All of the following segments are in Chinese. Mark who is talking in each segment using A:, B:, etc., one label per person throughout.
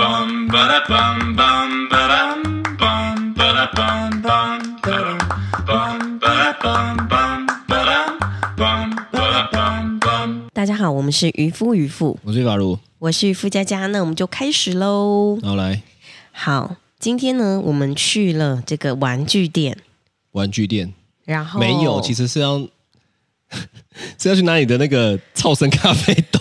A: bum ba da bum bum ba dum bum ba da bum bum ba dum bum ba da bum bum ba dum bum ba da bum bum.
B: 大家好，我们是渔夫渔妇，
C: 我是法如，
B: 我是渔夫佳佳，那我们就开始喽。
C: 然后来
B: 好，今天呢，我们去了这个玩具店，
C: 玩具店
B: 然后
C: 没有，其实是要 是要去拿你的那个超生咖啡 豆。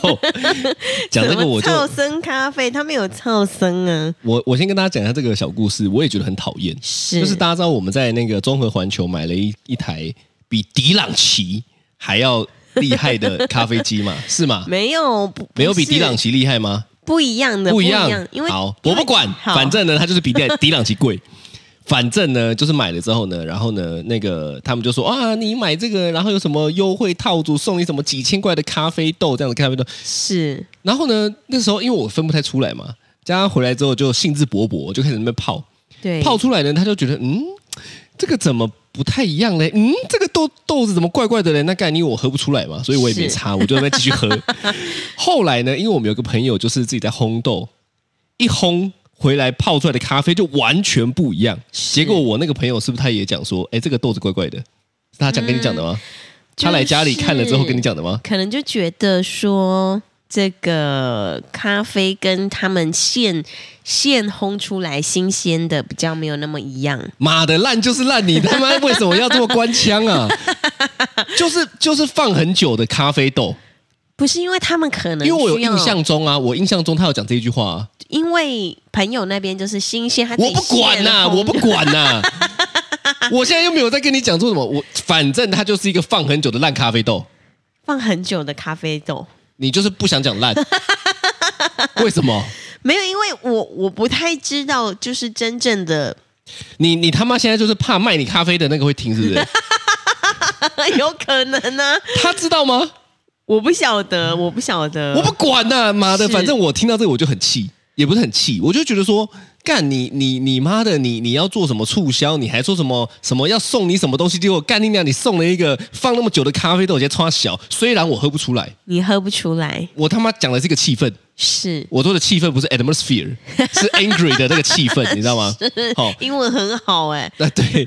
C: 讲这
B: 什
C: 个
B: 么
C: 我就
B: 噪声咖啡，他们有噪声啊，
C: 我我先跟大家讲一下这个小故事，我也觉得很讨厌，
B: 是
C: 就是大家知道我们在那个综合环球买了一一台比迪朗奇还要厉害的咖啡机嘛，是吗？
B: 没有不
C: 没有比
B: 不
C: 迪
B: 是
C: 朗奇厉害吗？
B: 不一样的，
C: 不
B: 不
C: 一样，
B: 因为
C: 好，
B: 因
C: 我
B: 为
C: 不管，
B: 好
C: 反正呢，它就是比迪迪朗奇贵。反正呢，就是买了之后呢，然后呢，那个他们就说啊，你买这个，然后有什么优惠套组，送你什么几千块的咖啡豆这样的咖啡豆。
B: 是
C: 然后呢，那时候因为我分不太出来嘛，加上回来之后就兴致勃勃，就开始在那边泡
B: 对
C: 泡出来呢，他就觉得嗯，这个怎么不太一样嘞？嗯，这个豆豆子怎么怪怪的嘞？那概念我喝不出来嘛，所以我也没
B: 是
C: 差，我就在那边继 续喝。后来呢，因为我们有个朋友就是自己在烘豆，一烘回来泡出来的咖啡就完全不一样。结果我那个朋友是不是他也讲说，哎，这个豆子怪怪的？是他讲跟你讲的吗？他来家里看了之后跟你，
B: 嗯就是
C: 讲的吗？
B: 可能就觉得说。这个咖啡跟他们现现烘出来新鲜的比较没有那么一样，
C: 妈的烂就是烂，你他妈为什么要这么官腔啊？ 就是就是放很久的咖啡豆，
B: 不是因为他们可能
C: 因为我有
B: 需要
C: 印象中啊，我印象中他有讲这一句话、啊，
B: 因为朋友那边就是新鲜，他自
C: 我
B: 己
C: 不管呐、
B: 现烘
C: 我不管 呐、我现在又没有在跟你讲说什么，我反正它就是一个放很久的烂咖啡豆，
B: 放很久的咖啡豆，
C: 你就是不想讲 烂，为什么？
B: 没有，因为我我不太知道，就是真正的
C: 你你他妈现在就是怕卖你咖啡的那个会停是 不是？
B: 有可能呢、
C: 他知道吗？
B: 我不晓得，我不晓得，
C: 我不管呐、妈的，
B: 是
C: 反正我听到这个我就很气，也不是很气，我就觉得说，干你你你妈的，你你要做什么促销，你还说什么什么要送你什么东西，结果干你娘，你送了一个放那么久的咖啡豆，我直接冲它小，虽然我喝不出来，
B: 你喝不出来，
C: 我他妈讲的是一个气氛。
B: 是
C: 我说的气氛不是 atmosphere，是 angry 的那个气氛，你知道吗？好，
B: 英文很好哎、
C: 那对，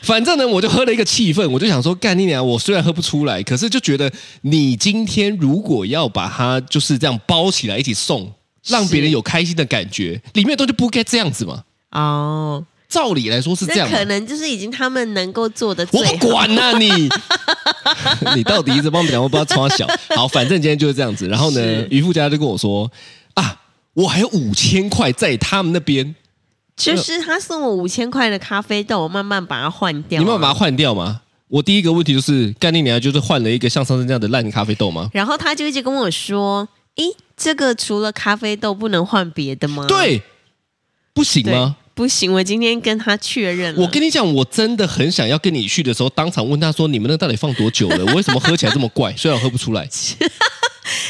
C: 反正呢，我就喝了一个气氛，我就想说，干你娘！我虽然喝不出来，可是就觉得你今天如果要把它就是这样包起来一起送，让别人有开心的感觉，里面的东西不该这样子嘛？
B: 哦，
C: 照理来说是这
B: 那
C: 样嘛
B: 可能就是已经他们能够做的最
C: 我不
B: 好，
C: 管呐、你， 你到底一直帮我们讲，我不知道从小。好，反正今天就是这样子。然后呢
B: 是，
C: 渔夫家就跟我说啊，我还有五千块在他们那边。
B: 就是他送我五千块的咖啡豆，我慢慢把它换掉、
C: 你们有把它换掉吗？我第一个问题就是，干你娘就是换了一个像上次那样的烂咖啡豆吗？
B: 然后他就一直跟我说：“咦，这个除了咖啡豆不能换别的吗？”
C: 对，不行
B: 对，
C: 吗？
B: 不行，我今天跟他确认了。
C: 我跟你讲，我真的很想要跟你去的时候，当场问他说：“你们那到底放多久 了？我为什么喝起来这么怪？虽然我喝不出 来，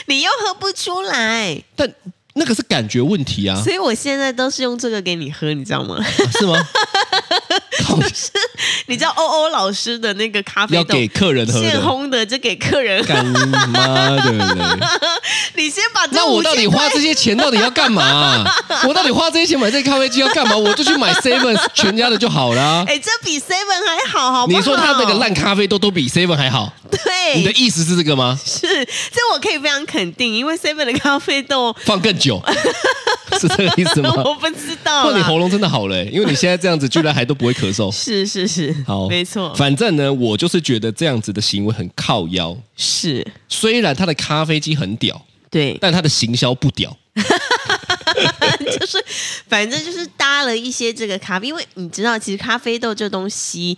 B: 你又喝不出来，
C: 但那个是感觉问题啊，
B: 所以我现在都是用这个给你喝，你知道吗？
C: 啊是 吗？靠
B: 你知道欧欧老师的那个咖啡
C: 要
B: 豆
C: 给客人喝
B: 现
C: 的，
B: 烘的，就给客人喝。
C: 干妈的 嘞！
B: 你先把这
C: 那我到底
B: 5000
C: 花这些钱到底要干嘛、我到底花这些钱买这个咖啡机要干嘛？我就去买 Seven 全家的就好啦。
B: 哎，这比 Seven 还好，好不好？
C: 你说他那个烂咖啡豆都比 Seven 还好，你
B: 对。
C: 的意思是这个吗？
B: 是，这我可以非常肯定，因为 Seven 的咖啡 豆，
C: 放更久是这个意思吗？
B: 我不知道
C: 哇，你
B: 啦。
C: 喉咙真的好了欸、因为你现在这样子居然还都不会 咳嗽。
B: 是是是，
C: 好，
B: 没错，
C: 反正呢，我就是觉得这样子的行为很靠腰。
B: 是，
C: 虽然他的咖啡机很屌，
B: 对，
C: 但他的行销不屌。
B: 就是反正就是搭了一些这个咖啡，因为你知道，其实咖啡豆这东西，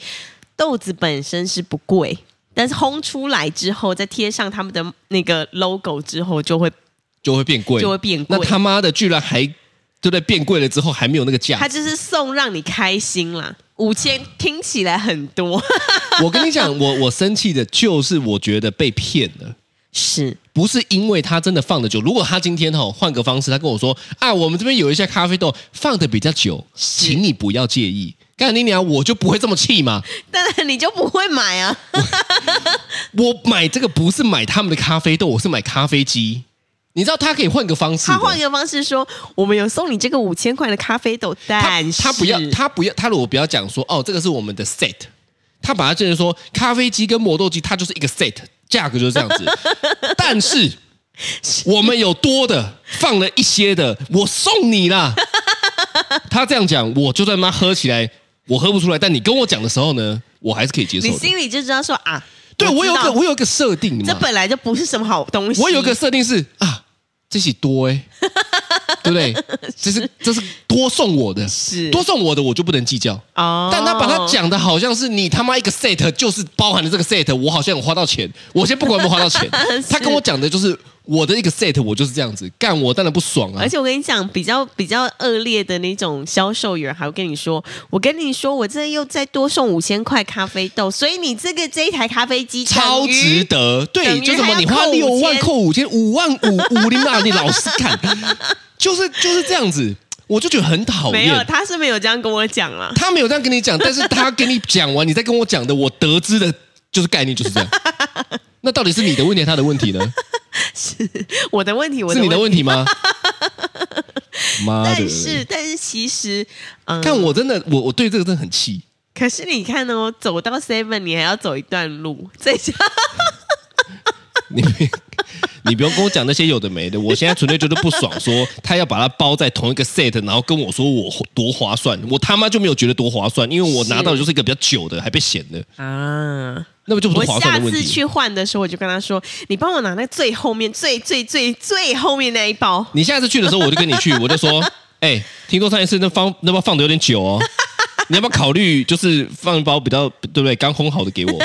B: 豆子本身是不贵，但是烘出来之后，再贴上他们的那个 logo 之后，就会
C: 就会变贵，
B: 就会变贵
C: 那他妈的，居然还对不对？变贵了之后还没有那个价
B: 它。就是送让你开心啦。五千听起来很多，
C: 我跟你讲，我我生气的就是我觉得被骗了。
B: 是
C: 不 是因为他真的放的久，如果他今天哈、哦、换个方式，他跟我说啊，我们这边有一些咖啡豆放的比较久，请你不要介意。干你娘，我就不会这么气嘛！
B: 当然你就不会买啊。
C: 我买这个不是买他们的咖啡豆，我是买咖啡机。你知道他可以换个方式的，
B: 他换一个方式说，我们有送你这个五千块的咖啡豆，
C: 他
B: 但是
C: 他不要他不要他如果不要讲说哦，这个是我们的 set，他把它变成说咖啡机跟磨豆机，它就是一个 set，价格就是这样 子。但是我们有多的放了一些的，我送 你啦。他这样讲，我就算妈喝起来，我喝不出来，但你跟我讲的时候呢，我还是可以接受
B: 你
C: 的。
B: 心里就知道说啊，
C: 对我有
B: 知
C: 个
B: 道
C: 我有个设定
B: 这
C: 嘛，
B: 本来就不是什么好东西。
C: 我有个设定是啊，这是 多哎、对不对？这是这是多送我的，
B: 是
C: 多送我的，我就不能计较。
B: 哦，
C: 但他把它讲的好像是你他妈一个 set 就是包含了这个 set，我好像有花到钱，我先不管有没有花到钱
B: 是，
C: 他跟我讲的就是我的一个 set，我就是这样子干，我当然不爽啊
B: 而。且我跟你讲，比较比较恶劣的那种销售员，还会跟你说：“我跟你说，我这又再多送五千块咖啡豆，所以你这个这一台咖啡机
C: 超
B: 等于
C: 值得，
B: 等
C: 对，
B: 于
C: 就什么
B: 还要
C: 你花
B: 扣
C: 六万
B: 5000
C: 扣五千，五万五五零啊，你老是看，就是就是这样子，我就觉得很讨
B: 没有，
C: 厌。
B: 他是没有这样跟我讲啊啦。
C: 他没有这样跟你 讲，但是他跟你讲完，你再跟我讲的，我得知的就是概念就是这样。那到底是你的问题还是他的问题呢？
B: 我的问题，我
C: 是你的
B: 问
C: 问题吗？ 妈的！
B: 但是但是其实，嗯，
C: 但我真的，我我对这个真的很气。
B: 可是你看哦，走到 Seven，你还要走一段路，这下
C: 你你不用跟我讲那些有的没的，我现在纯粹觉得不爽说，他要把它包在同一个 set，然后跟我说我多划算，我他妈就没有觉得多划算，因为我拿到的就是一个比较久的，还被嫌的，
B: 啊。
C: 那不就 不
B: 我
C: 是划算
B: 下
C: 的问
B: 次
C: 题。
B: 去换的时候，我就跟他说：“你帮我拿那最后面、最最最最后面那一包。
C: 你下次去的时候，我就跟你 去，我就说，哎、听说上一次那放那包放的有点久哦，你要不要考虑就是放一包比较对不对刚烘好的给我？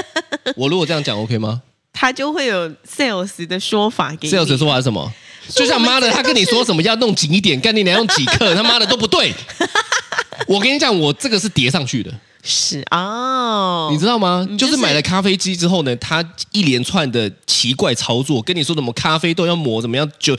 C: 我如果这样讲 OK 吗？”
B: 他就会有 sales 的说法给你。
C: sales 说法是什么？就像妈的，他跟你说什么要弄紧一点，干你娘用几 克，他妈的都不对。我跟你讲，我这个是叠上去的，
B: 是哦，
C: 你知道吗？
B: 你
C: 就
B: 就是
C: 是买了咖啡机之后呢，他一连串的奇怪操作，跟你说什么咖啡豆要磨怎么样，就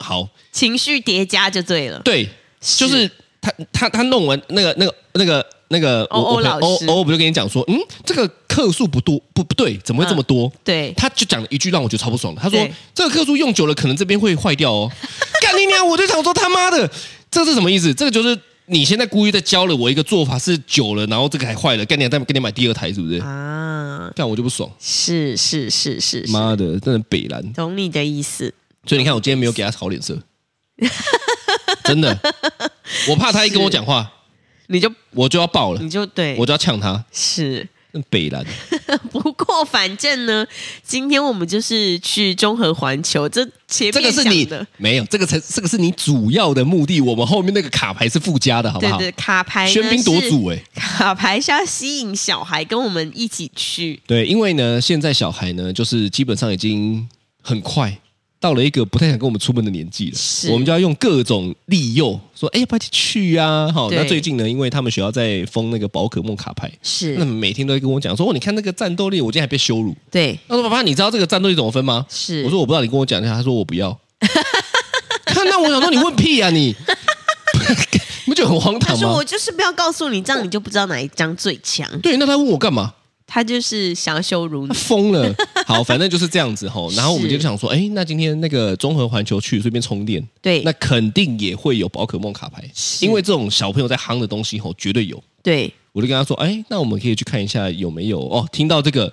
C: 好
B: 情绪叠加就对了。
C: 对，就是他他他弄完那个那个那个那个，我
B: 欧欧
C: 我朋友
B: 哦老师
C: 欧欧不就跟你讲说，嗯，这个克数不多，不不对，怎么会这么多？
B: 对，
C: 他就讲了一句让我觉得超不爽的，他说
B: 嗯对
C: 这个克数用久了可能这边会坏掉哦。 干你娘！我就想说他妈的，这是什么意思？这个就是你现在故意在教了我一个做法是久了，然后这个还坏了，干你娘！再给你买第二台是不是？
B: 啊，
C: 干我就不爽，
B: 是是是是是，
C: 妈的，真的北蓝。
B: 懂你的意思。
C: 所以你看我今天没有给他好脸色，真的，我怕他一跟我讲话，
B: 你就
C: 我就要爆了，
B: 你就对，
C: 我就要呛他。
B: 是。
C: 真北蓝，
B: 不过反正呢，今天我们就是去中和环球，这前面
C: 这个是你
B: 讲的，
C: 没有，这个才这个是你主要的目的，我们后面那个卡牌是附加的，好不
B: 对
C: 好？
B: 对，卡牌呢
C: 喧宾夺
B: 是
C: 主哎、
B: 卡牌是要吸引小孩跟我们一起去，
C: 对，因为呢，现在小孩呢，就是基本上已经很快到了一个不太想跟我们出门的年纪了，
B: 是
C: 我们就要用各种利诱说，哎，要不要一起去啊？好，
B: 对
C: 那最近呢，因为他们学校在封那个宝可梦卡牌，
B: 是，
C: 那每天都在跟我讲说，哦，你看那个战斗力，我今天还被羞辱。
B: 对，
C: 他说：“爸爸，你知道这个战斗力怎么分吗？”
B: 是
C: 我说：“我不知道，你跟我讲一下。”他说：“我不要。” 看，那我想说，你问屁啊你！ 你不觉得很荒
B: 他
C: 唐
B: 说
C: 吗
B: 我？就是不要告诉你，这样你就不知道哪一张最强。
C: 对，那他问我干嘛？
B: 他就是想要羞辱你
C: 他，疯了。好，反正就是这样子 吼。然后我们
B: 是
C: 就想说，哎，那今天那个综合环球去顺便充电，
B: 对
C: 那肯定也会有宝可梦卡牌，因为这种小朋友在夯的东西吼，绝对有。
B: 对，
C: 我就跟他说，哎，那我们可以去看一下有没有哦。听到这个，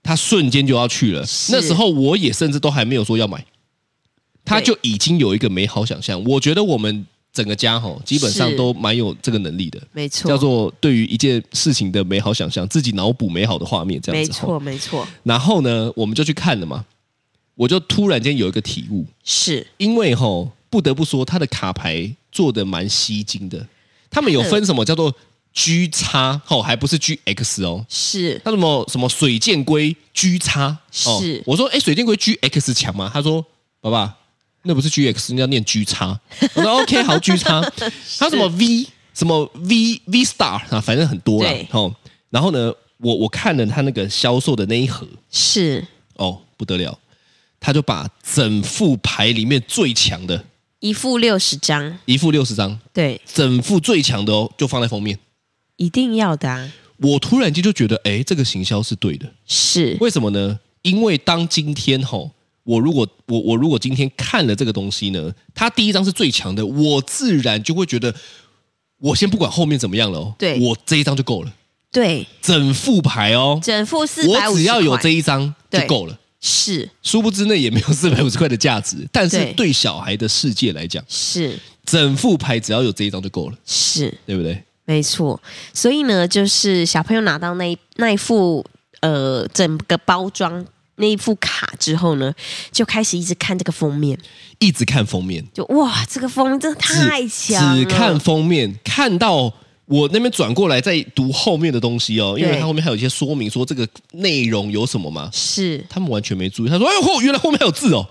C: 他瞬间就要去了。
B: 是
C: 那时候我也甚至都还没有说要买，他就已经有一个美好想象。我觉得我们整个家吼，基本上
B: 是
C: 都蛮有这个能力的。
B: 没错，
C: 叫做对于一件事情的美好想象，自己脑补美好的画面，这样
B: 没
C: 子哦吼。
B: 错，没错，
C: 然后呢，我们就去看了嘛。我就突然间有一个体悟，
B: 是
C: 因为吼、不得不说他的卡牌做的蛮吸睛的。他们有分什么叫做 G 叉，吼、还不是 GX 哦。
B: 是
C: 他什么什么水箭龟 G 叉哦，
B: 是
C: 我说哎，水箭龟 GX 强吗？他说爸爸，那不是 GX，那要念 G 叉。我说 OK，好 G 叉。他什么 V 什么 V V Star 啊，反正很多啦
B: 对。
C: 哦，然后呢，我我看了他那个销售的那一盒，
B: 是
C: 哦，不得了，他就把整副牌里面最强的
B: 一副六十张，
C: 一副六十张，
B: 对，
C: 整副最强的哦，就放在封面。
B: 一定要的、啊，
C: 我突然间就觉得，哎，这个行销是对的，
B: 是
C: 为什么呢？因为当今天吼、我如果我我如果今天看了这个东西呢，它第一张是最强的，我自然就会觉得，我先不管后面怎么样了、哦，
B: 对
C: 我这一张就够了，
B: 对，
C: 整副牌哦，
B: 整副四百五
C: 我
B: 十，
C: 只要有这一张就
B: 对
C: 够了。
B: 是
C: 殊不知那也没有四百五十块的价值，但是
B: 对
C: 对小孩的世界来讲，
B: 是
C: 整副牌只要有这一张就够了，
B: 是，
C: 对不对？
B: 没错。所以呢，就是小朋友拿到那一那一副呃整个包装那一副卡之后呢，就开始一直看这个封面，
C: 一直看封面，
B: 就哇，这个封面真的
C: 只
B: 太强了，
C: 只看封面，看到我那边转过来再读后面的东西哦，因为
B: 对
C: 它后面还有一些说明，说这个内容有什么嘛。
B: 是
C: 他们完全没注意，他说：“哎呦，嚯原来后面还 有字哦。”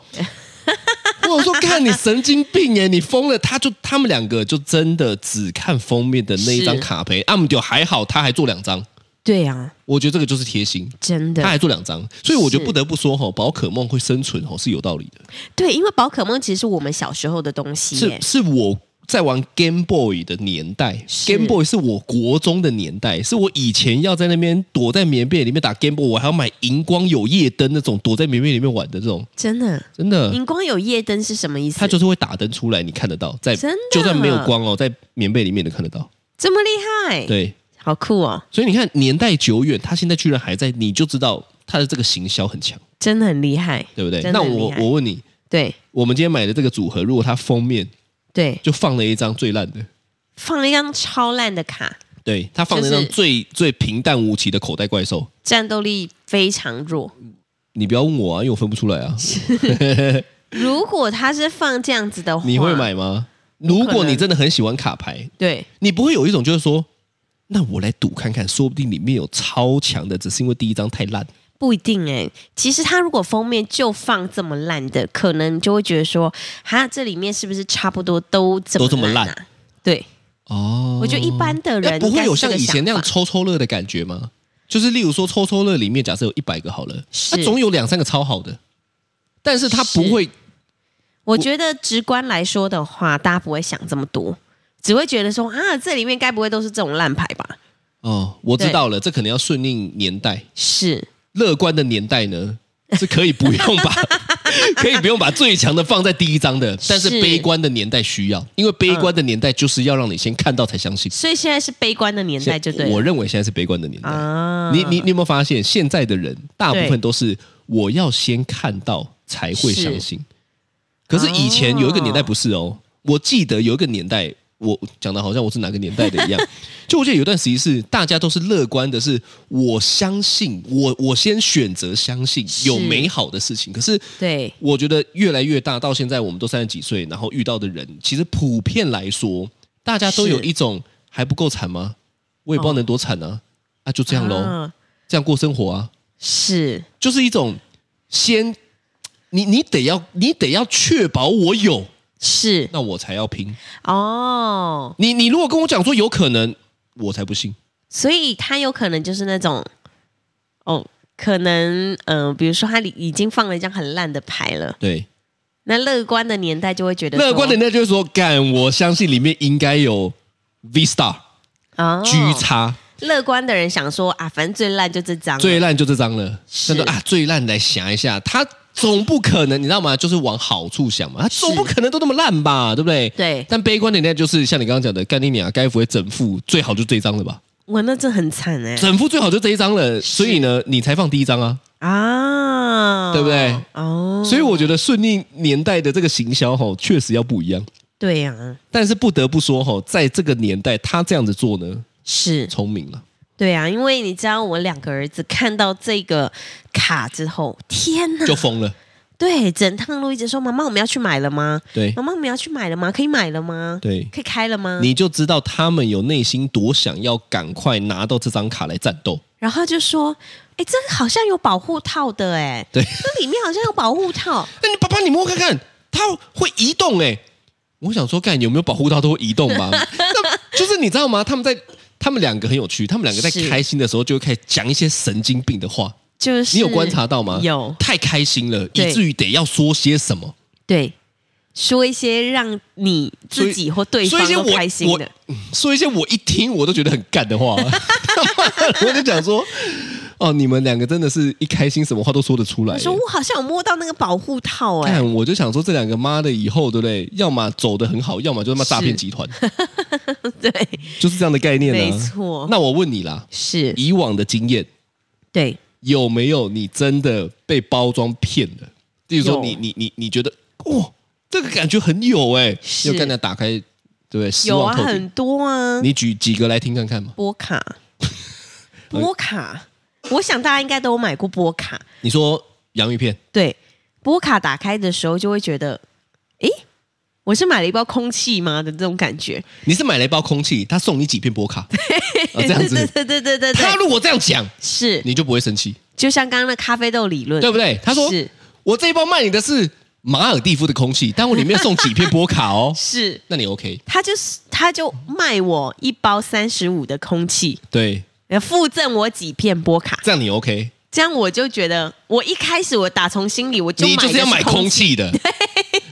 C: 我说：“看你神经病耶，你疯了！”他就他们两个就真的只看封面的那一张
B: 是
C: 卡牌，按掉还好，他还做两张，
B: 对啊，
C: 我觉得这个就是贴心。
B: 真
C: 他还
B: 的
C: 做两张，所以我觉得
B: 是
C: 不得不说哈、宝可梦会生存哦是有道理的，
B: 对，因为宝可梦其实是我们小时候的东西耶
C: 是，是我在玩 Game Boy 的年代
B: 是
C: ，Game Boy 是我国中的年代，是我以前要在那边躲在棉被里面打 Game Boy，我还要买荧光有夜灯那种躲在棉被里面玩的这种，
B: 真的。
C: 真的，
B: 荧光有夜灯是什么意思？
C: 它就是会打灯出来，你看得到，在
B: 真的
C: 就算没有光哦，在棉被里面都看得到，
B: 这么厉害，
C: 对，
B: 好酷哦，
C: 所以你看年代久远，它现在居然还在，你就知道它的这个行销很强，
B: 真的很厉害。
C: 对不对？
B: 真的
C: 那
B: 很
C: 我
B: 厉害
C: 我问你，
B: 对
C: 我们今天买的这个组合，如果它封面
B: 对，
C: 就放了一张最烂的，
B: 放了一张超烂的卡，
C: 对他放了一张
B: 就是
C: 最、最平淡无奇的口袋怪兽。
B: 战斗力非常弱。
C: 你不要问我啊，因为我分不出来啊。
B: 如果他是放这样子的话，
C: 你会？买吗？如果你真的很喜欢卡牌，
B: 对，
C: 你不会有一种就是说，那我来赌看看，说不定里面有超强的，只是因为第一张太烂。
B: 不一定哎、其实他如果封面就放这么烂的，可能你就会觉得说，哈，这里面是不是差不多都这么、啊、
C: 都这么烂？
B: 对，
C: 哦
B: 我觉得一般的
C: 那
B: 人
C: 不会有像
B: 应该是
C: 以
B: 这个
C: 前那
B: 想
C: 样
B: 法
C: 抽抽乐的感觉吗？就是例如说抽抽乐里面，假设有一百个好了，
B: 是
C: 它总有两三个超好的，但是它不会
B: 我觉得直观来说的话，大家不会想这么多，只会觉得说啊，这里面该不会都是这种烂牌吧？
C: 哦。我知
B: 对
C: 道了，这可能要顺应年代。
B: 是，
C: 乐观的年 代呢，是可以不用把 可以不用把最强的放在第一章的，但是
B: 是
C: 悲观的年代需要，因为悲观的年代就是要让你先看到才相信。
B: 所以现在是悲观的年代，就对
C: 我
B: 了
C: 认为现在是悲观的年代。
B: 啊。
C: 你你你有没有发现，现在的人大部
B: 对
C: 分都是我要先看到才会
B: 是
C: 相信。可是以前有一个年代不是
B: 啊
C: 哦，我记得有一个年代，我讲的好像我是哪个年代的 一样。就我记得有一段时期是大家都是乐观的是，我相信我我先选择相信
B: 是
C: 有美好的事情。可是
B: 对
C: 我觉得越来越大，到现在我们都三十几岁，然后遇到的人，其实普遍来说，大家都
B: 是哦
C: 有一种还不够惨吗？我也不知道能多惨啊，啊就这样喽。
B: 啊
C: 这样过生活啊，
B: 是
C: 就是一种先你你得要你得要确保我有，
B: 是
C: 那我才要拼。
B: 哦，
C: 你你如果跟我讲说有可能，我才不信。
B: 所以他有可能就是那种哦，可能嗯、呃比如说他已已经放了一张很烂的牌了，
C: 对，
B: 那乐观的年代就会觉得说
C: 乐观的那就是说，干，我相信里面应该有 V Star
B: 哦，
C: G 叉，
B: 乐观的人想说啊，反正最烂就这张了，
C: 最烂就这张了。
B: 是
C: 他说啊，最烂来想一下，他总不可能，你知道吗？就是往好处想嘛，他总不可能都那么烂吧，对不对？
B: 对
C: 但悲观的那就是像你刚刚讲的，干你娘，该不会整副最好就这一张了吧？
B: 哇，那这很惨哎、
C: 整副最好就这一张了，所以呢，你才放第一张啊。
B: 啊，
C: 对不对？
B: 哦，
C: 所以我觉得顺应年代的这个行销吼，确实要不一样。
B: 对啊呀、
C: 但是不得不说吼，在这个年代，他这样子做呢，
B: 是
C: 聪明了。
B: 对啊，因为你知道我两个儿子看到这个卡之后，天哪！
C: 就疯了。
B: 对，整趟路一直说：“妈妈，我们要去买了吗？
C: 对
B: 妈妈，我们要去买了吗？可以买了吗？
C: 对
B: 可以开了吗
C: 你就知道他们有内心多想要赶快拿到这张卡来战斗。？”
B: 然后就说：“哎，这个好像有保护套的，哎，
C: 对
B: 这里面好像有保护 套。
C: 那哎你爸爸，你摸看看，它会移动哎、我想说，干有没有保护套都会移动吧？ 那就是你知道吗？他们在他们两个很有趣，他们两个在
B: 是
C: 开心的时候就会开始讲一些神经病的话。”
B: 就是
C: 你有观察到吗？
B: 有，
C: 太开心了，
B: 对
C: 以至于得要说些什么。
B: 对，说一些让你自己或对
C: 所以
B: 方
C: 一些
B: 都
C: 我
B: 开心的
C: 我，嗯说一些我一听我都觉得很干的话，我就讲说，哦，你们两个真的是一开心什么话都说得出来
B: 我
C: 耶。
B: 说我好像有摸到那个保护套哎、
C: 看，我就想说这两个妈的以后对不对？要么走的很好，要么就他妈诈骗集团，
B: 对，
C: 就是这样的概念
B: 没
C: 啊。
B: 错，
C: 那我问你啦，
B: 是
C: 以往的经验
B: 对，
C: 有没有你真的被包装骗了？例如说
B: 有
C: 你你你你觉得哦，这个感觉很有哎、
B: 是
C: 要跟人家打开对不对？失
B: 有啊，
C: 望透
B: 很
C: 顶。
B: 多啊，
C: 你呃举几个来听看看嘛？
B: 波 卡，波卡，我想大家应该都有买过波卡，
C: 你说洋芋片，
B: 对，波卡打开的时候就会觉得，诶，我是买了一包空气吗的这种感觉，
C: 你是买了一包空气，他送你几片 波卡，哦、这样
B: 对
C: 子。
B: 对对对对
C: 他
B: 对，
C: 如果这样讲，
B: 是，
C: 你就不会生气，
B: 就像刚刚的咖啡豆理论，
C: 对不对？他说
B: 是，
C: 我这一包卖你的是马尔蒂夫的空气，但我里面送几片波卡 哦
B: 是，
C: 那你 OK？
B: 他就是他就卖我一包三十五的空气，
C: 对，
B: 呃附赠我几片波卡，
C: 这样你 OK？
B: 这样我就觉得，我一开始我打从心里我就
C: 你
B: 买
C: 就
B: 的
C: 是要买空
B: 空，
C: 气的，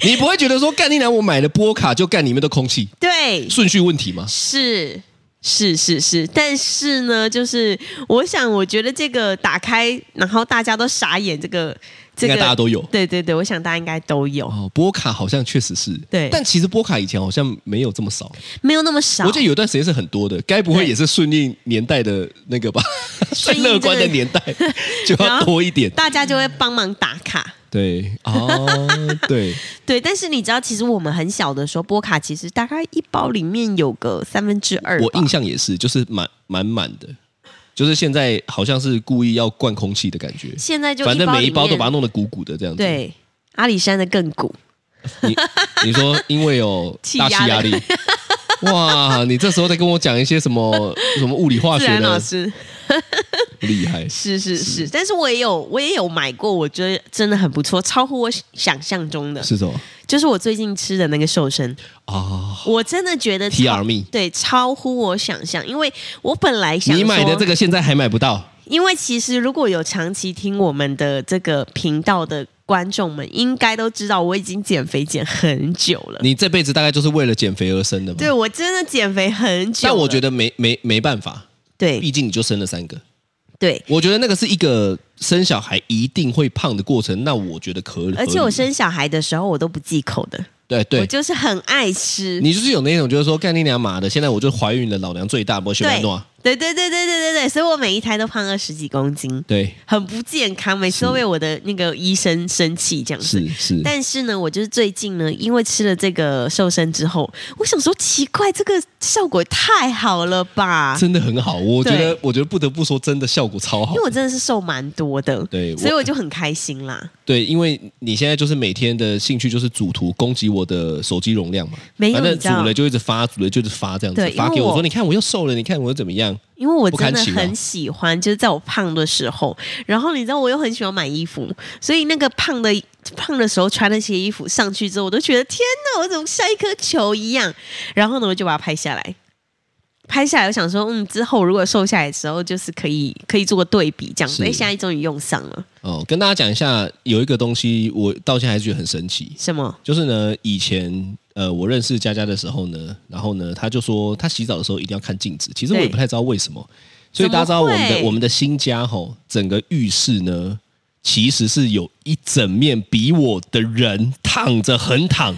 C: 你不会觉得说干你娘，我买了波卡就干里面的空气，
B: 对，
C: 顺序问题嘛？
B: 是是是是，但是呢，就是我想，我觉得这个打开，然后大家都傻眼，这个这
C: 应
B: 个
C: 该大家都有
B: 对对对，我想大家应该都有，
C: 哦，波卡好像确实是，
B: 对
C: 但其实波卡以前好像没有这么少，
B: 没有那么少。
C: 我记得有一段时间是很多的，该不会也是顺应年代的那个吧？最
B: 顺应
C: 乐观的年 代就要多一点，
B: 大家就会帮忙打卡。
C: 对哦，对，
B: 对，但是你知道，其实我们很小的时候，波卡其实大概一包里面有个三分之 二吧。
C: 我印象也是，就是满满满的，就是现在好像是故意要灌空气的感觉，
B: 现在就
C: 反正每一包
B: 里
C: 都
B: 面
C: 把它弄得鼓鼓的这样子。，
B: 对阿里山的亘古，
C: 你你说因为有
B: 气
C: 大
B: 压
C: 气压力，哇，你这时候在跟我讲一些什么什么物理化
B: 自
C: 学
B: 然老
C: 的
B: 师。
C: 厉害，
B: 是是是，但是我也有我也有买过，我觉得真的很不错，超乎我想象中的。
C: 是什么
B: 就是我最近吃的那个瘦身，
C: 啊？
B: 我真的觉得
C: TR
B: 超
C: 蜜
B: 对超乎我想象，因为我本来想
C: 你买的这
B: 个，
C: 个现在还买不到，
B: 因为其实如果有长期听我们的这个频道的观众们，应该都知道我已经减肥减很久了。
C: 你这辈子大概就是为了减肥而生的嘛？
B: 对，我真的减肥很久了，
C: 但我觉得没没没办法，
B: 对
C: 毕竟你就生了三个。
B: 对，
C: 我觉得那个是一个生小孩一定会胖的过程，那我觉得可以。
B: 而且我生小孩的时候我都不忌口的，
C: 对
B: 我
C: 对，
B: 就是很爱吃。
C: 你就是有那种就是说干你娘妈的，现在我就怀孕了，老娘最大，不选
B: 对
C: 来诺。
B: 对对对对对对对，所以我每一胎都胖二十几公斤，
C: 对，
B: 很不健康，每次都为我的那个医生生气这样子。
C: 是是，
B: 但是呢，我就是最近呢，因为吃了这个瘦身之后，我想说奇怪，这个效果也太好了吧？
C: 真的很好。我觉
B: 啊对
C: 得我觉得不得不说，真的效果超好
B: 因为。我真的是瘦蛮多的，
C: 对我
B: 所以我就很开心啦。
C: 对，因为你现在就是每天的兴趣就是主图攻击我的手机容量嘛，
B: 没有
C: 反正
B: 哎你知
C: 煮
B: 道
C: 了就一直发，煮了就一直发这样子
B: 对，
C: 发
B: 因为
C: 给我
B: 我
C: 说你看我又瘦了，你看我又怎么样？
B: 因为我真
C: 不
B: 的
C: 堪其扰
B: 很喜欢，就是在我胖的时候，然后你知道我又很喜欢买衣服，所以那个胖的胖的时候穿那些衣服上去之后，我都觉得天哪，我怎么像一颗球一样？然后呢，我就把它拍下来，拍下来，我想说，嗯，之后如果瘦下来的时候，就是可以可以做个对比，这样子。
C: 是
B: 哎，现在终于用上了，
C: 哦，跟大家讲一下，有一个东西我到现在还是觉得很神奇，
B: 什么？
C: 就是呢，以前呃，我认识佳佳的时候呢，然后呢，她就说她洗澡的时候一定要看镜子。其实我
B: 对
C: 也不太知道为什么，所以大家知道我
B: 怎么会
C: 们的我们的新家吼，整个浴室呢，其实是有一整面比我的人躺着横躺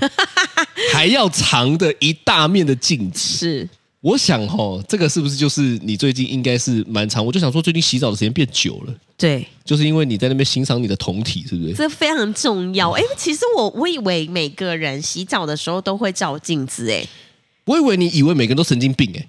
C: 还要长的一大面的镜子。
B: 是
C: 我想吼，这个是不是就是你最近应该是蛮长？我就想说，最近洗澡的时间变久了，
B: 对，
C: 就是因为你在那边欣赏你的酮体，是不是？
B: 这非常重要。
C: 嗯
B: 哎，其实我我以为每个人洗澡的时候都会照镜子，哎，
C: 我以为你以为每个人都神经病哎、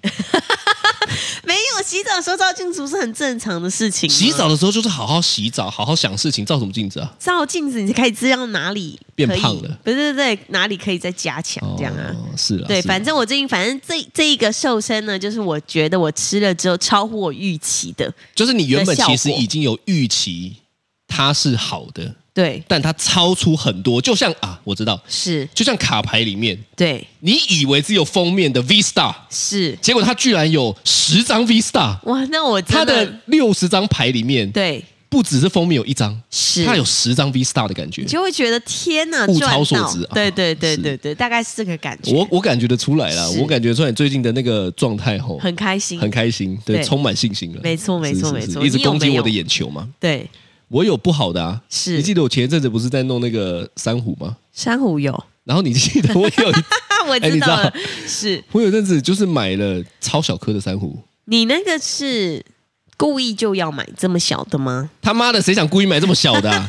B: 没有洗澡的时候照镜子不是很正常的事情吗？
C: 洗澡的时候就是好好洗澡，好好想事情，照什么镜子啊？
B: 照镜子，你就可以知道哪里
C: 变
B: 可以
C: 胖了，
B: 不是对哪里可以再加强这样啊。
C: 哦、是啊，
B: 对，
C: 是啊
B: 反正我最近，反正这这一个瘦身呢，就是我觉得我吃了之后超乎我预期的，
C: 就是你原
B: 的
C: 本
B: 效
C: 其
B: 果
C: 实已经有预期它是好的，
B: 对，
C: 但它超出很多，就像啊，我知道，
B: 是，
C: 就像卡牌里面，
B: 对，
C: 你以为只有封面的 V Star，
B: 是，
C: 结果它居然有十张 V Star，
B: 哇，那我
C: 它
B: 真的
C: 的六十张牌里面
B: 对
C: 不只是封面有一张，
B: 是
C: 它有十张 V Star 的感觉
B: 你。就会觉得天哪，
C: 物
B: 赚
C: 超所
B: 到
C: 值啊
B: 对对对
C: 是
B: 对对，大概是这个感觉。
C: 我我感觉得出来了，
B: 是
C: 我感觉出来你最近的那个状态吼，
B: 很开心，
C: 很开心，对，
B: 对
C: 充满信心了。
B: 没错没
C: 是
B: 错
C: 是
B: 没
C: 是
B: 错
C: 一直
B: 你有
C: 攻击
B: 没
C: 我的
B: 有
C: 眼球嘛。
B: 对，
C: 我有不好的啊，
B: 是
C: 你记得我前一阵子不是在弄那个珊瑚吗？
B: 珊瑚有，
C: 然后你记得我 有一
B: 啊， 我
C: 哎
B: 知
C: 你知
B: 道
C: 道
B: 了，是
C: 我有一阵子就是买了超小颗的珊瑚，
B: 你那个是故意就要买这么小的吗？
C: 他妈的谁想故意买这么小 的、啊？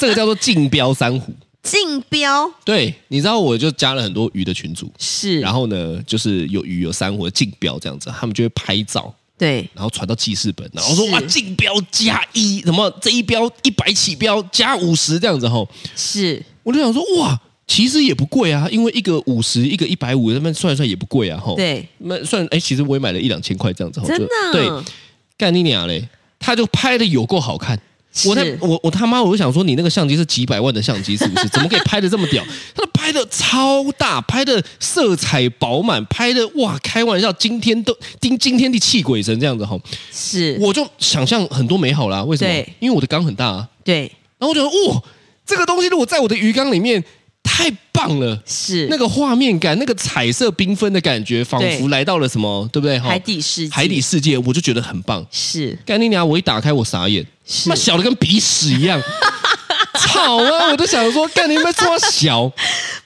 C: 这个叫做竞标珊瑚。
B: 竞标
C: 对，你知道我就加了很多鱼的群组，
B: 是，
C: 然
B: 后
C: 后呢，就是有鱼有珊瑚的竞标这样子，他们就会拍照，
B: 对
C: 然后传到记事本，然后说
B: 是
C: 哇竞标加一，什么这一标一百起标加五十这样子吼，
B: 是
C: 我就想说哇，其实也不贵啊，因为一个五十，一个一百五，那么算一算也不贵啊吼。，
B: 对，
C: 那算哎，其实我也买了一两千块这样子吼，
B: 真
C: 哦就
B: 的
C: 对，干你娘嘞！他就拍的有够好看。我在
B: 是
C: 我我他妈，我就想说，你那个相机是几百万的相机是不是？怎么可以拍的这么屌？ 他拍的超大，拍的色彩饱满，拍的哇，开玩笑，惊天都惊惊天地泣鬼神这样子哈。
B: 是，
C: 我就想象很多美好啦，为什么
B: 对？
C: 因为我的缸很大啊。
B: 对
C: 然后我就说，哇，这个东西如果在我的鱼缸里面，太棒了。
B: 是
C: 那个画面感，那个彩色缤纷的感觉，仿佛
B: 对
C: 来到了什么，对不对？哈
B: 海底世界
C: 海底世界，我就觉得很棒。
B: 是
C: 干你娘！我一打开我傻眼，
B: 是
C: 妈小的跟鼻屎一 样，吵啊！我就想说，干你妈说 小，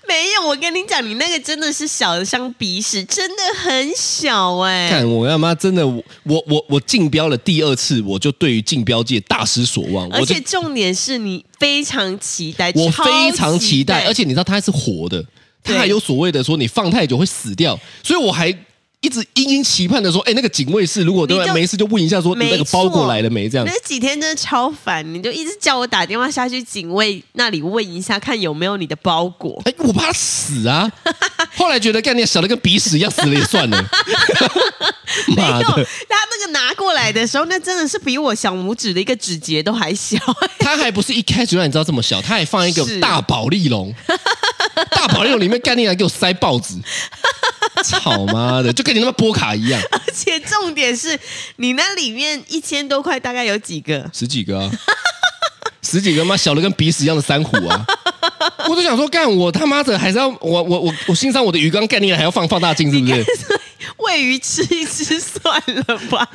B: 没有，我跟你讲，你那个真的是小的像鼻屎，真的很小哎、
C: 干我他妈真的，我我我我竞标了第二次，我就对于竞标界大失所望，
B: 而
C: 我就
B: 且重点是你非常期待，
C: 我
B: 超
C: 非常期待，而且你知道它还是活的，它
B: 对
C: 还有所谓的说你放太久会死掉，所以我还。一直殷殷期盼的说，哎、那个警卫室如果对
B: 你
C: 吧
B: 就
C: 没事就问一下，说你那个
B: 没
C: 包裹
B: 错
C: 来了没？这样
B: 那几天真的超烦，你就一直叫我打电话下去警卫那里问一下，看有没有你的包裹。
C: 哎，我怕他死 啊！后来觉得概念小的跟鼻屎一样，死了也算了。妈
B: 没有，
C: 的，
B: 他那个拿过来的时候，那真的是比我小拇指的一个指节都还小。
C: 他还不是一开始就让你知道这么小，他还放一个
B: 是
C: 大宝 丽龙，大宝丽龙里面概念还给我塞报纸，操妈的，就跟你他妈波卡一样，
B: 而且重点是你那里面一千多块大概有几个？
C: 十几个啊， 十几个妈小的跟鼻屎一样的珊瑚 啊！我就想说，干我他妈的还是要我我我我欣赏我的鱼缸概念还要放放大镜，是不是？
B: 喂鱼吃一吃算了吧，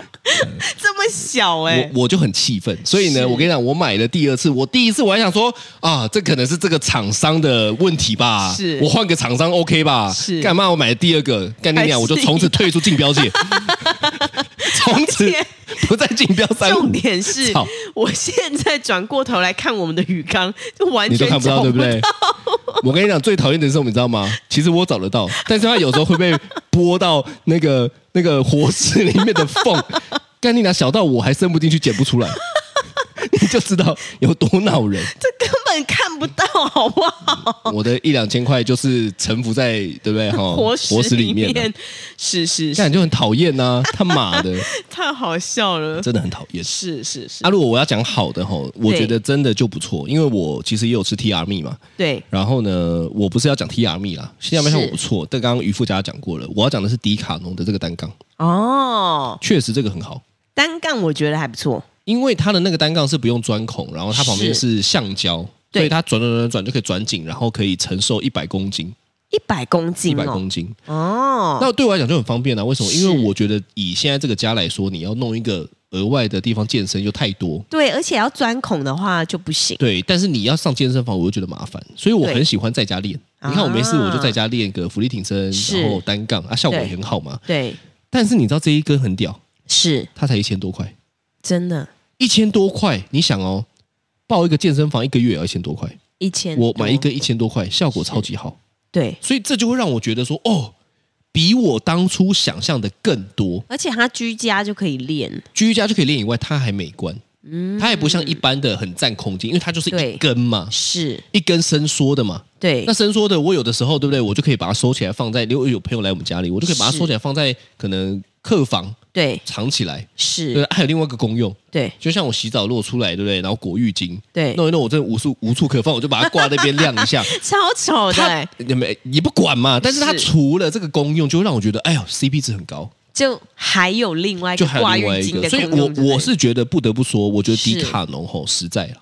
B: 这么小哎、
C: 嗯我我就很气愤，所以呢，
B: 是
C: 我跟你讲，我买了第二次，我第一次我还想说啊，这可能是这个厂商的问题吧，
B: 是
C: 我换个厂商 OK 吧？
B: 是
C: 干嘛我买了第二个？干你
B: 还是
C: 娘！我就从此退出竞标 界，从此
B: 而
C: 不再竞标三五
B: 重。点是
C: 操，
B: 我现在转过头来看我们的鱼缸，就完
C: 你
B: 全
C: 都看不到，
B: 找
C: 对不对？我跟你讲，最讨厌的是什么，你知道吗？其实我找得到，但是它有时候会被拨到那个那个活室里面的 缝。干你娘，小到我还伸不进去，剪不出来，你就知道有多恼人。
B: 这根本看不到，啊好不好？
C: 我的一两千块就是臣服在对不对哈
B: 活
C: 石
B: 石
C: 哦里
B: 面，
C: 面啊，
B: 是是
C: 那
B: 是，
C: 你就很讨厌呐、他妈的，
B: 太好笑了，
C: 真的很讨厌。
B: 是是是，
C: 啊，如果我要讲好的哈，我
B: 对
C: 觉得真的就不错，因为我其实也有吃 TR 蜜嘛。
B: 对，
C: 然后呢，我不是要讲 TR 蜜啦，新加坡像
B: 是
C: 我不错，但刚刚渔夫家讲过了，我要讲的是迪卡侬的这个单杠，
B: 哦，
C: 确实这个很好，
B: 单杠我觉得还不错，
C: 因为它的那个单杠是不用钻孔，然后它旁边
B: 嗯是
C: 是橡胶，
B: 对
C: 所以它转转转转就可以转紧，然后可以承受一百公斤，
B: 一百公
C: 一
B: 斤
C: 百
B: 哦，
C: 公斤。
B: 嗯哦，
C: 那对我来讲就很方便啊。为什么？
B: 是
C: 因为我觉得以现在这个家来说，你要弄一个额外的地方健身又太多。
B: 对，而且要钻孔的话就不行，
C: 对，但是你要上健身房，我又觉得麻烦，所以我
B: 对
C: 很喜欢在家练。你看，我没事
B: 啊
C: 我就在家练个俯卧挺身，
B: 是
C: 然后单杠啊，效果也
B: 对
C: 很好嘛。
B: 对，
C: 但是你知道这一根很屌，
B: 是
C: 它才一千多块，
B: 真的，
C: 一千多块，你想哦，报一个健身房一个月也要一千多块，
B: 一千多，
C: 我买一根一千多块，效果超级好，
B: 对，
C: 所以这就会让我觉得说，哦，比我当初想象的更多。
B: 而且它居家就可以练，
C: 居家就可以练以外，它还美观，
B: 嗯
C: 它也不像一般的很占空间，因为它就是一
B: 对
C: 根嘛，
B: 是
C: 一根伸缩的嘛。
B: 对
C: 那，伸缩的，我有的时候对不对，我就可以把它收起来放在，如果有朋友来我们家里，我就可以把它
B: 是
C: 收起来放在可能客房
B: 对，
C: 藏起来。对啊
B: 是，，
C: 还有另外一个功用，
B: 对
C: 就像我洗澡如果出来，对不对？然后裹浴巾，
B: 对，
C: 弄一弄，我真的无处无处可放，我就把它挂在那边晾一 下。
B: 超丑的、
C: 它
B: 欸，
C: 也没也不管嘛，但是它
B: 是
C: 除了这个功用，就会让我觉得，哎呦，CP 值很高。
B: 就还有另外一
C: 就
B: 个
C: 还
B: 哎
C: 有
B: 挂
C: 另外
B: 浴
C: 一
B: 巾
C: 个，
B: 的
C: 所以
B: 功
C: 我
B: 用之类的
C: 我是觉得不得不说，我觉得
B: 是
C: 迪卡侬吼实在了，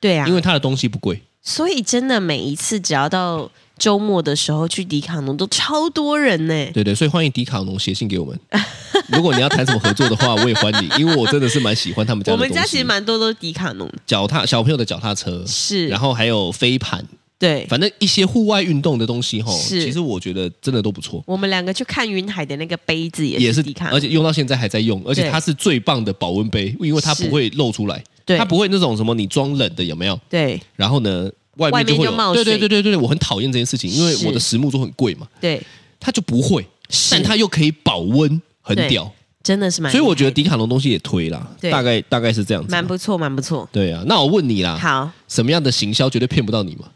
B: 对啊，
C: 因为它的东西不贵，
B: 所以真的每一次只要到周末的时候去迪卡侬，都超多人呢、
C: 对对，所以欢迎迪卡侬写信给我 们。如果你要谈什么合作的话，我也欢迎，因为我真的是蛮喜欢他们家
B: 我
C: 的
B: 们
C: 东西。
B: 家其实蛮多都是迪卡侬的，
C: 脚踏小朋友的脚踏车，
B: 是，
C: 然后还有飞盘，
B: 对，
C: 反正一些户外运动的东西吼，
B: 是
C: 其实我觉得真的都不错。
B: 我们两个去看云海的那个杯子
C: 也
B: 也
C: 是
B: 迪卡，侬，
C: 而且用到现在还在用，而且它是最棒的保温杯，因为它
B: 是
C: 不会漏出来，
B: 对
C: 它不会那种什么你装冷的有没有？
B: 对
C: 然后呢，外
B: 外面
C: 就会
B: 就冒
C: 有，对对
B: 水
C: 对对对，我很讨厌这件事情，因为
B: 是
C: 我的实木桌很贵嘛，
B: 对，
C: 它就不会，但它又可以保温，很
B: 对
C: 屌，
B: 真的是蛮厉害的，
C: 所以我觉得迪卡侬东西也推啦，
B: 对
C: 大概大概是这样子，
B: 蛮不错，蛮不错。
C: 对啊。那我问你啦，
B: 好，
C: 什么样的行销绝对骗不到你嘛？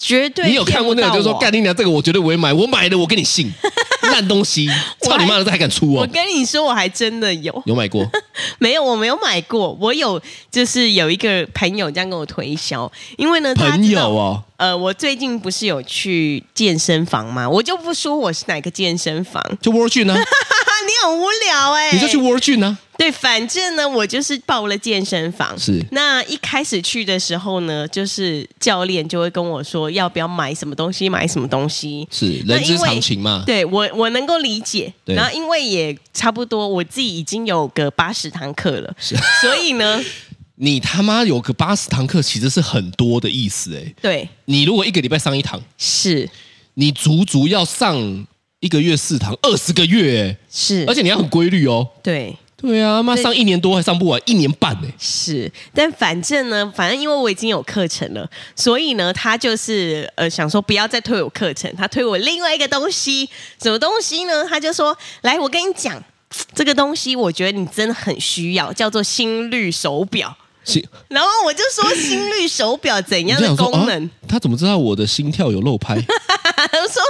B: 绝对
C: 你有看过那个就是
B: 骗不到
C: 说
B: 我
C: 干你娘这个我绝对我也买，我买了我跟 你信，烂东西，操你妈的这还敢出
B: 我
C: 哦？
B: 跟你说，我还真的有，
C: 有买过，
B: 没有，我没有买过。我有，就是有一个朋友这样跟我推销，因为呢，他
C: 朋
B: 知道
C: 友哦，
B: 呃，我最近不是有去健身房吗？我就不说我是哪个健身房，
C: 就 World 呢，
B: 啊，你很无聊哎、
C: 你就去 World 呢，
B: 对，反正呢，我就是报了健身房。
C: 是
B: 那一开始去的时候呢，就是教练就会跟我说要不要买什么东西，买什么东西。
C: 是
B: 那
C: 人之
B: 因为
C: 常情嘛，
B: 对我，我能够理解。
C: 啊对
B: 然后因为也差不多，我自己已经有个八十堂课了， 所以呢，
C: 你他妈有个八十堂课，其实是很多的意思哎、
B: 对，
C: 你如果一个礼拜上一堂，
B: 是
C: 你足足要上一个月四堂，二十个月、欸，
B: 是，
C: 而且你要很规律哦。
B: 对。
C: 对啊，妈
B: 对
C: 上一年多还上不完，一年半欸呢、
B: 是，但反正呢，反正因为我已经有课程了，所以呢，他就是呃想说不要再推我课程，他推我另外一个东西，什么东西呢？他就说，来，我跟你讲，这个东西我觉得你真的很需要，叫做心率手表。
C: 是，
B: 然后我就说心率手表怎
C: 你
B: 样
C: 就
B: 的
C: 想说
B: 功能？
C: 啊，他怎么知道我的心跳有 漏拍？
B: 他说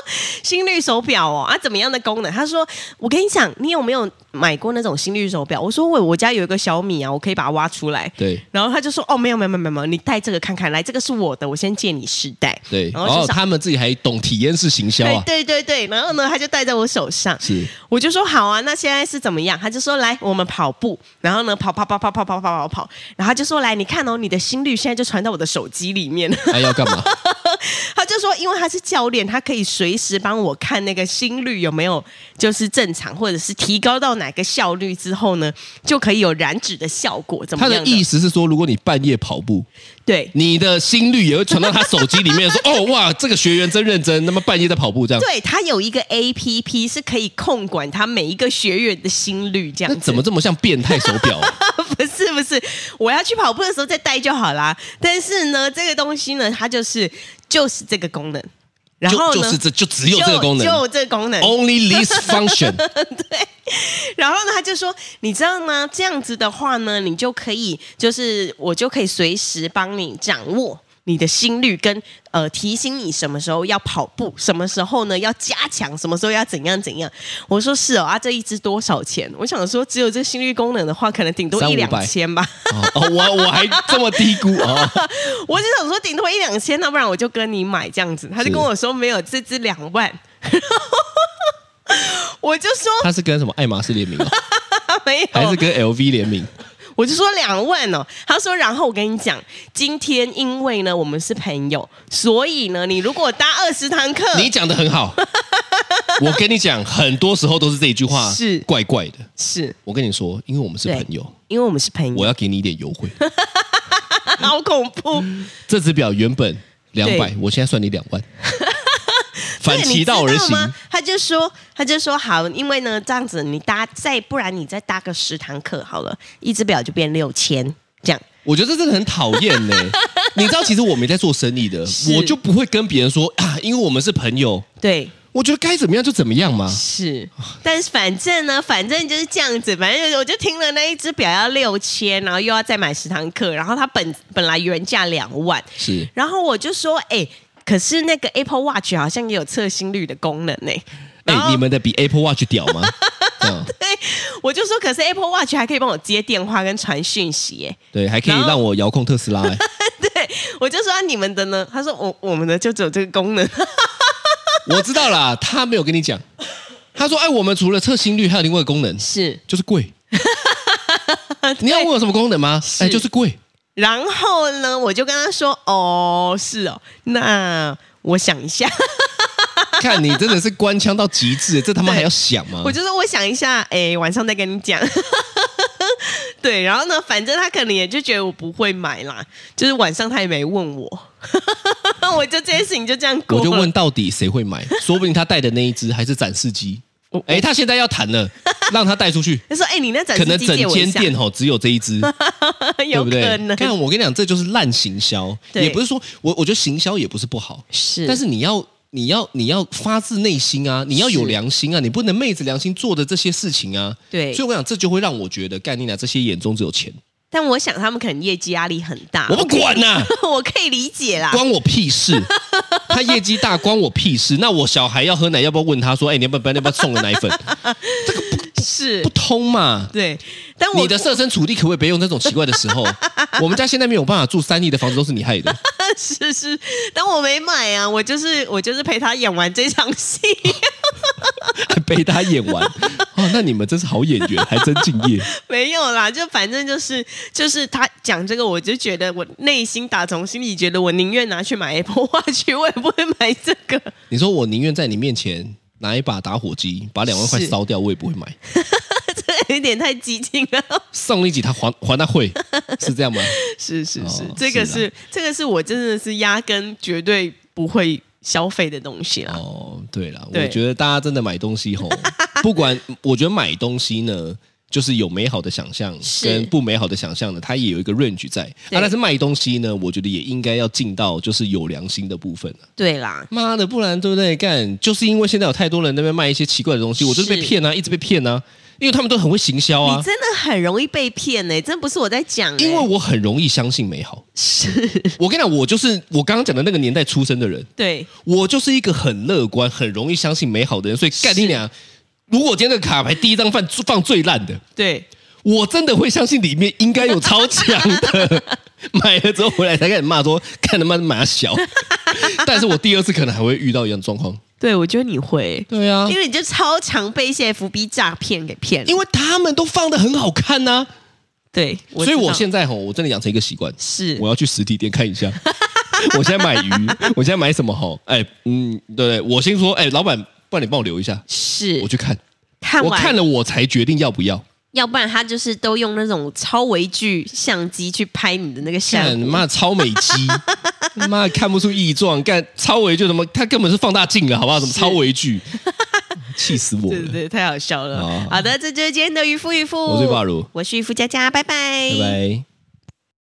B: 心率手表哦，啊，怎么样的功能？他说，我跟你讲，你有没有买过那种心率手表？我说我我家有一个小米啊，我可以把它挖出来。
C: 对
B: 然后他就说：“哦，没有没有没有没有，你戴这个看看，来，这个是我的，我先借你试戴。”
C: 对，
B: 然
C: 然
B: 后
C: 后
B: 就想、
C: 他们自己还懂体验式行销啊，
B: 对对对对，然后呢，他就戴在我手上，
C: 是
B: 我就说好啊，那现在是怎么样？他就说来，我们跑步，然后呢，跑跑跑跑跑跑跑跑跑，然后他就说来，你看哦，你的心率现在就传到我的手机里面。
C: 哎要干嘛？
B: 他就说，因为他是教练，他可以随时帮我看那个心率有没有就是正常，或者是提高到哪个效率之后呢，就可以有燃脂的效果， 怎么
C: 他
B: 样
C: 的意思是说，如果你半夜跑步，
B: 对。
C: 你的心率也会传到他手机里面，说哦哇，这个学员真认真，那么半夜在跑步这样。
B: 对，它有一个 A P P 是可以控管它每一个学员的心率，这样
C: 那
B: 子
C: 怎么？这么像变态手表、啊？
B: 不是不是，我要去跑步的时候再戴就好啦。但是呢，这个东西呢，它就是就是这个功能， 然后
C: 就
B: 呢，
C: 就是这就只有这个功能
B: 就就这个功能。
C: ，Only this function。
B: 然后呢，他就说，你知道吗？这样子的话呢，你就可以，就是我就可以随时帮你掌握。你的心率跟呃提醒你什么时候要跑步，什么时候呢要加强，什么时候要怎样怎样。我说是哦啊，这一支多少钱？我想说，只有这心率功能的话，可能顶多
C: 三
B: 一
C: 五
B: 两
C: 百
B: 千吧。
C: 哦，哦我我还这么低估哦，
B: 我只想说顶多一两千，要不然我就跟你买这样子。他就是跟我说没有，这支两万。 我就说
C: 他是跟什么爱马仕联 名、哦，
B: 他没有，
C: 还是跟 LV 联名？
B: 我就说两万哦，他说，然后我跟你讲，今天因为呢我们是朋友，所以呢你如果搭二十堂课，
C: 你讲的很好，我跟你讲，很多时候都是这一句话
B: 是
C: 怪怪的。
B: 是
C: 我跟你说，因为我们是
B: 对
C: 朋友，
B: 因为我们是朋
C: 我
B: 友，
C: 要给你一点优惠。
B: 好恐怖，
C: 这只表原本两百，我现在算你两 万，反
B: 对
C: 其道而行
B: 你知。道吗？他就说，他就说好，因为呢这样子你搭再不然你再搭个十堂课好了，一只表就变六千这样。
C: 我觉得这真的很讨厌呢。 你知道，其实我没在做生意的，我就不会跟别人说啊，因为我们是朋友。
B: 对，
C: 我觉得该怎么样就怎么样嘛。
B: 是，但是反正呢，反正就是这样子，反正我就听了那一只表要六千，然后又要再买十堂课，然后它本本来原价两万，
C: 是
B: 然后我就说，哎、可是那个 Apple Watch 好像也有测心率的功能呢、
C: 哎、
B: 然后哎
C: 你 们的比 Apple Watch 屌吗？这样
B: 我就说，可是 Apple Watch 还可以帮我接电话跟传讯息、耶。
C: 对，还可以
B: 然后
C: 让我遥控特斯拉、哎
B: 对，我就说、啊、你们的呢？他说我我们的就只有这个功能，
C: 我知道啦，他没有跟你讲，他说：“哎，我们除了测心率，还有另外一个功能，
B: 是，
C: 就是贵。你要问我什么功能吗？哎，就是贵。
B: 然后呢，我就跟他说，哦，是哦，那我想一下，
C: 看你真的是官腔到极致，这他妈还要想吗
B: 我？就说我想一下，哎，晚上再跟你讲。 对，然后呢，反正他可能也就觉得我不会买啦，就是晚上他也没问我， 我就这件事情就这样过
C: 我
B: 了。
C: 就问到底谁 会买？说不定他带的那一只还是展示机
B: 我。
C: 哎，他现在要谈 了，让他带出去。”
B: 他说：“哎、你那展
C: 可
B: 示
C: 能
B: 机
C: 整
B: 借我一
C: 间
B: 下，
C: 店吼只有这一只，对
B: 有
C: 不
B: 可
C: 对
B: 能？
C: 看我跟你讲，这就是烂行销，
B: 对
C: 也不是说我我觉得行销也不是不好，
B: 是
C: 但是你要你要你要发自内心啊，你要有
B: 是
C: 良心啊，你不能昧着良心做的这些事情啊。
B: 对
C: 所以我想这就会让我觉得，干你俩这些眼中只有钱，
B: 但我想他们可能业绩压力很大，
C: 我不管啊呐、
B: 我，我可以理解啦。
C: 关我屁事。他业绩大关我屁事，那我小孩要喝奶，要不要问他说，哎、你要不要要不要送个奶粉？
B: 是
C: 不，通嘛。
B: 对，但我
C: 你的设身处地可不可以别用这种奇怪的时候？ 我们家现在没有办法住三亿的房子，都是你害的。
B: 是是， 但我没买啊，我就是我就是陪他演完这场戏，
C: 还被他演完。 哦，那你们真是好演员，还真敬业。
B: 没有啦，就反正就是就是他讲这个，我就觉得我内心打从心里觉得，我宁愿拿去买 Apple Watch，我也 不会买这个。
C: 你说我宁愿在你面前拿一把打火机把两万块
B: 是
C: 烧掉，我也不会买。
B: 这有点太激进了，
C: 送你几台还还他会， 是这样吗？
B: 是是是，
C: 哦
B: 这个
C: 是
B: 是这个是我真的是压根绝对不会消费的东西啦。
C: 哦，对了，
B: 对
C: 我觉得大家真的买东西 吼，不管我觉得买东西呢。就是有美好的想象
B: 是
C: 跟不美好的想象呢，它也有一个 range 在啊。
B: 对
C: 但是卖东西呢，我觉得也应该要进到就是有良心的部分啊
B: 对啦，
C: 妈的，不然对不对？干，就是因为现在有太多人在那边卖一些奇怪的东西，我就是被
B: 是
C: 骗啊，一直被骗啊，因为他们都很会行销啊
B: 你。真的很容易被骗呢、真的不是我在讲、欸，
C: 因为我很容易相信美好，
B: 是
C: 我跟你讲，我就是我刚刚讲的那个年代出生的人，
B: 对
C: 我就是一个很乐观、很容易相信美好的人。所以干你俩，如果今天这个卡牌第一张放放最烂的，
B: 对，
C: 我真的会相信里面应该有超强的。 买了之后回来才开始骂说，看他妈马小。但是我第二次可能还会遇到一样状况。
B: 对我觉得你会，
C: 对啊，
B: 因为你就超常被一些 FB 诈骗给骗了
C: 因。为他们都放的很好看呐、
B: 对，
C: 所以我
B: 知道
C: 现在吼，我真的养成一个习惯，
B: 是
C: 我要去实体店看一下。 我现在买鱼，我现在买什么吼？哎，嗯，对对，我先说，哎，老板，不然你帮我留一下，
B: 是
C: 我去看，
B: 看
C: 我
B: 完
C: 看了我才决定要不要。
B: 要不然他就是都用那种超微距相机去拍你的那个相
C: 干，
B: 片，
C: 妈超美 肌，妈看不出异状，干超微距什么？他根本是放大镜了，好不好？什么超微距，气死我
B: 对对
C: 了！
B: 对，太好笑了。
C: 好
B: 哦好的，这就是今天的渔夫渔夫，
C: 我是巴如
B: 我是渔夫佳佳，拜拜，
C: 拜拜。